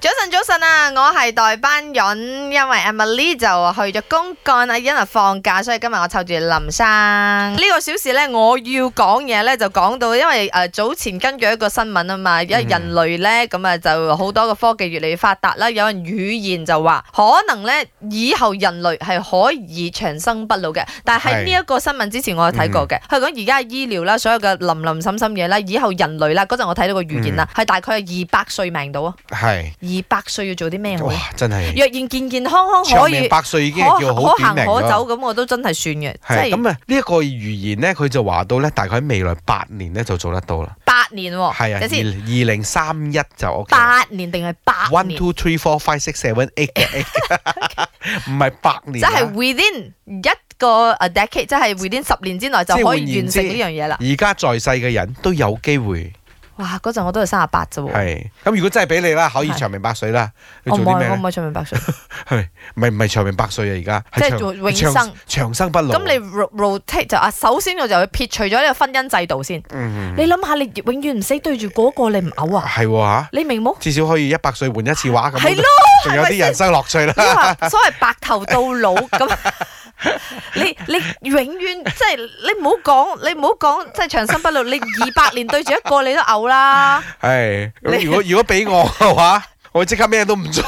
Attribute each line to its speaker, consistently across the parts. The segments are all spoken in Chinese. Speaker 1: 早晨，早晨啊！我係代班人，因為 Emily 就去咗公幹啊，因為放假，所以今日我湊住林生。呢、個小時呢，我要講嘢呢，就講到，因為诶、呃早前根據一個新聞啊嘛，因為
Speaker 2: 嗯
Speaker 1: 人類呢，咁啊就好多嘅科技越嚟越發達啦，有人語言就話可能呢，以後人類係可以長生不老嘅，但係喺
Speaker 2: 係
Speaker 1: 呢一個新聞之前我有睇過嘅，佢講而家嘅醫療啦，所有嘅林林沈沈嘢啦，以後人類啦，嗰陣我睇到個預言啦，係大概係二百歲命到啊。
Speaker 2: 系，
Speaker 1: 二百歲要做啲咩好呢？
Speaker 2: 哇，真系
Speaker 1: 若然健健康康
Speaker 2: 長
Speaker 1: 可
Speaker 2: 命
Speaker 1: 以
Speaker 2: 百歲已經係
Speaker 1: 可可
Speaker 2: 叫好短
Speaker 1: 行
Speaker 2: 命
Speaker 1: 可
Speaker 2: 咯。
Speaker 1: 走咁，我都真係算嘅，
Speaker 2: 係
Speaker 1: 即係
Speaker 2: 咁啊！呢一個預言咧，佢就話到咧，大概喺未來八年咧就做得到啦。
Speaker 1: 八年喎。
Speaker 2: 係啊，二
Speaker 1: 哦等先，
Speaker 2: 二零三一就 O K。
Speaker 1: 八年定係八
Speaker 2: One
Speaker 1: 年，
Speaker 2: two three four five six seven eight 嘅 eight 唔係百
Speaker 1: 即
Speaker 2: 年啊。
Speaker 1: 係 within 一個 a decade，即係 within 十年之內就可
Speaker 2: 即係換
Speaker 1: 以
Speaker 2: 言
Speaker 1: 完成
Speaker 2: 之
Speaker 1: 呢樣嘢啦。
Speaker 2: 而家在世嘅人都有機會
Speaker 1: 哇！嗰陣我都係三十八啫喎，
Speaker 2: 係咁，如果真係俾你啦，可以長命百歲啦，你
Speaker 1: 哦我
Speaker 2: 做
Speaker 1: 唔
Speaker 2: 啲
Speaker 1: 可
Speaker 2: 咩
Speaker 1: 以，我
Speaker 2: 咧
Speaker 1: 唔？可以長命百 歲。
Speaker 2: 係唔係唔係長命百歲啊？而
Speaker 1: 即
Speaker 2: 家
Speaker 1: 係
Speaker 2: 長
Speaker 1: 做永
Speaker 2: 長
Speaker 1: 生
Speaker 2: 長生不老。
Speaker 1: 咁你 ro- rotate 就啊，首先我就要撇除咗呢個婚姻制度先。
Speaker 2: 嗯
Speaker 1: 你諗下，你永遠唔死對住嗰個，你唔嘔啊？
Speaker 2: 係喎嚇，
Speaker 1: 你明冇？
Speaker 2: 至少可以一百歲換一次畫咁。
Speaker 1: 係咯。
Speaker 2: 仲有啲人生樂趣啦
Speaker 1: 你。話所謂白頭到老 咁，你你永遠即係你唔好講，你唔好講即係長生不老，你二百年對住一個你都嘔啦，
Speaker 2: 係，咁
Speaker 1: 你
Speaker 2: 如果如果俾我嘅話， 我即刻咩都唔 做，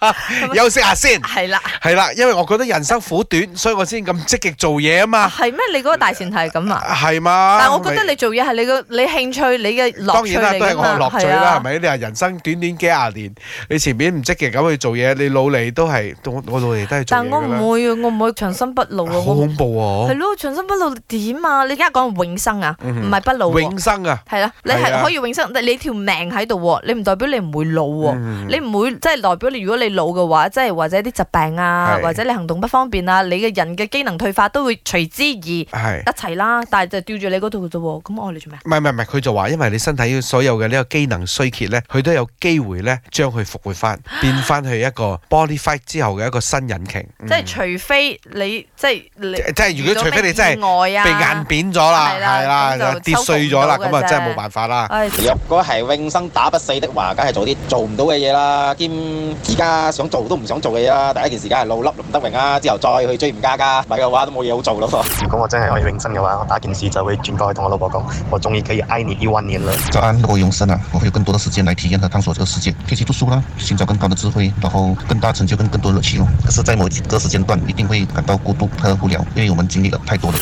Speaker 1: 啊
Speaker 2: 休息下先。
Speaker 1: 係啦，
Speaker 2: 係啦，因為我覺得人生苦短，所以我先咁積極做嘢啊嘛。
Speaker 1: 係咩？你嗰個大前提係咁啊？
Speaker 2: 係嘛？
Speaker 1: 但係我覺得你做嘢係你個你興趣、你嘅
Speaker 2: 當
Speaker 1: 樂趣
Speaker 2: 然啦，
Speaker 1: 嚟
Speaker 2: 都係
Speaker 1: 㗎
Speaker 2: 我
Speaker 1: 嘛，
Speaker 2: 樂趣
Speaker 1: 係
Speaker 2: 啦，係
Speaker 1: 啊。
Speaker 2: 咪？你話人生短短幾廿年，你前面唔積極咁去做嘢，你努力都係，我我努力都係做
Speaker 1: 但
Speaker 2: 嘢
Speaker 1: 我
Speaker 2: 㗎啦
Speaker 1: 唔會啊，我唔會長生不老啊，
Speaker 2: 好
Speaker 1: 我
Speaker 2: 恐怖
Speaker 1: 係
Speaker 2: 喎！
Speaker 1: 咯，長生不老點啊？你而家講永生啊，唔
Speaker 2: 嗯
Speaker 1: 係不老喎。
Speaker 2: 永生啊！
Speaker 1: 係啦，你
Speaker 2: 係
Speaker 1: 係
Speaker 2: 啊
Speaker 1: 可以永生，但你條命喺度喎，你唔代表你唔會老喎。
Speaker 2: 嗯
Speaker 1: 你唔會即係代表你，如果你老嘅話，即係或者啲疾病啊，
Speaker 2: 係
Speaker 1: 或者你行動不方便啊，你嘅人嘅機能退化都會隨之而
Speaker 2: 係。
Speaker 1: 一齊啦。但係就吊住你嗰度嘅啫喎，咁我嚟做咩啊？
Speaker 2: 唔係唔係唔係，佢就話，因為你身體所有嘅呢個機能衰竭咧，佢都有機會咧將佢復活翻，變翻去一個 body fight 之後嘅一個新引擎。
Speaker 1: 嗯
Speaker 2: 嗯
Speaker 1: 即係除非你即係你
Speaker 2: 即即係如果除非你真係
Speaker 1: 係
Speaker 2: 被眼扁咗啦，
Speaker 1: 啊係啦
Speaker 2: 係啦
Speaker 1: 咁就，
Speaker 2: 跌碎咗啦，
Speaker 1: 修復唔
Speaker 2: 咁
Speaker 1: 到
Speaker 2: 啊
Speaker 1: 嘅啫
Speaker 2: 真係冇辦法啦。
Speaker 1: 唉
Speaker 3: 若果係永生打不死的話，梗係做啲做唔到嘅嘢啦，兼而家想做都唔想做嘅嘢啦。第一件事梗係老笠林德榮啦，之後再去追吳家家，咪嘅話都冇嘢好做咯。
Speaker 4: 如果我真係可以永生嘅話，我第一件事就會轉過去同我老婆講，我終於可以愛你一萬年了。
Speaker 5: 早安，我永生啊！我会有更多的时间来体验和探索这个世界，学习读书啦，寻找更高的智慧，然后更大成就跟更多乐趣哦。可是，在某一个时间段，一定会感到孤独和无聊，因为我们经历了太多了。